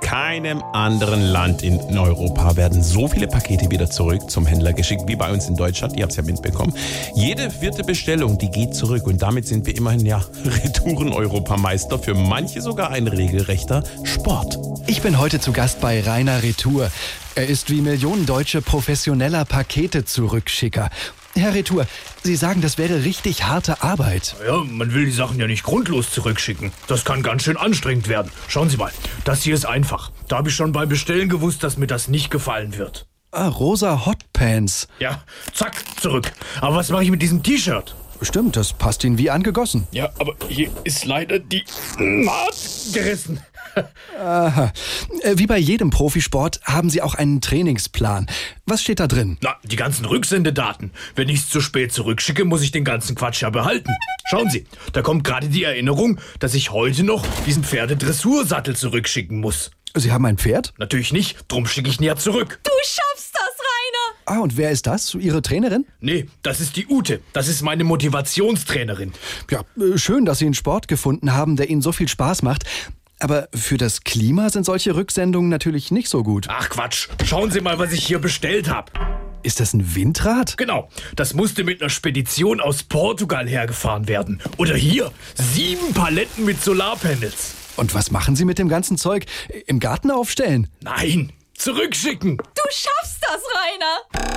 keinem anderen Land in Europa werden so viele Pakete wieder zurück zum Händler geschickt wie bei uns in Deutschland. Ihr habt es ja mitbekommen. Jede vierte Bestellung, die geht zurück und damit sind wir immerhin ja Retouren-Europameister. Für manche sogar ein regelrechter Sport. Ich bin heute zu Gast bei Rainer Retour. Er ist wie Millionen Deutsche professioneller Pakete-Zurückschicker. Herr Retour, Sie sagen, das wäre richtig harte Arbeit. Ja, man will die Sachen ja nicht grundlos zurückschicken. Das kann ganz schön anstrengend werden. Schauen Sie mal, das hier ist einfach. Da habe ich schon beim Bestellen gewusst, dass mir das nicht gefallen wird. Ah, rosa Hotpants. Ja, zack, zurück. Aber was mache ich mit diesem T-Shirt? Stimmt, das passt Ihnen wie angegossen. Ja, aber hier ist leider die Naht gerissen. Aha. Äh, Wie bei jedem Profisport haben Sie auch einen Trainingsplan. Was steht da drin? Na, die ganzen Rücksendedaten. Wenn ich es zu spät zurückschicke, muss ich den ganzen Quatsch ja behalten. Schauen Sie, da kommt gerade die Erinnerung, dass ich heute noch diesen Pferdedressursattel zurückschicken muss. Sie haben ein Pferd? Natürlich nicht, drum schicke ich ihn ja zurück. Du schaffst das, Rainer! Ah, und wer ist das? Ihre Trainerin? Nee, das ist die Ute. Das ist meine Motivationstrainerin. Ja, äh, schön, dass Sie einen Sport gefunden haben, der Ihnen so viel Spaß macht. Aber für das Klima sind solche Rücksendungen natürlich nicht so gut. Ach Quatsch, schauen Sie mal, was ich hier bestellt habe. Ist das ein Windrad? Genau, das musste mit einer Spedition aus Portugal hergefahren werden. Oder hier, sieben Paletten mit Solarpanels. Und was machen Sie mit dem ganzen Zeug? Im Garten aufstellen? Nein, zurückschicken. Du schaffst das, Rainer!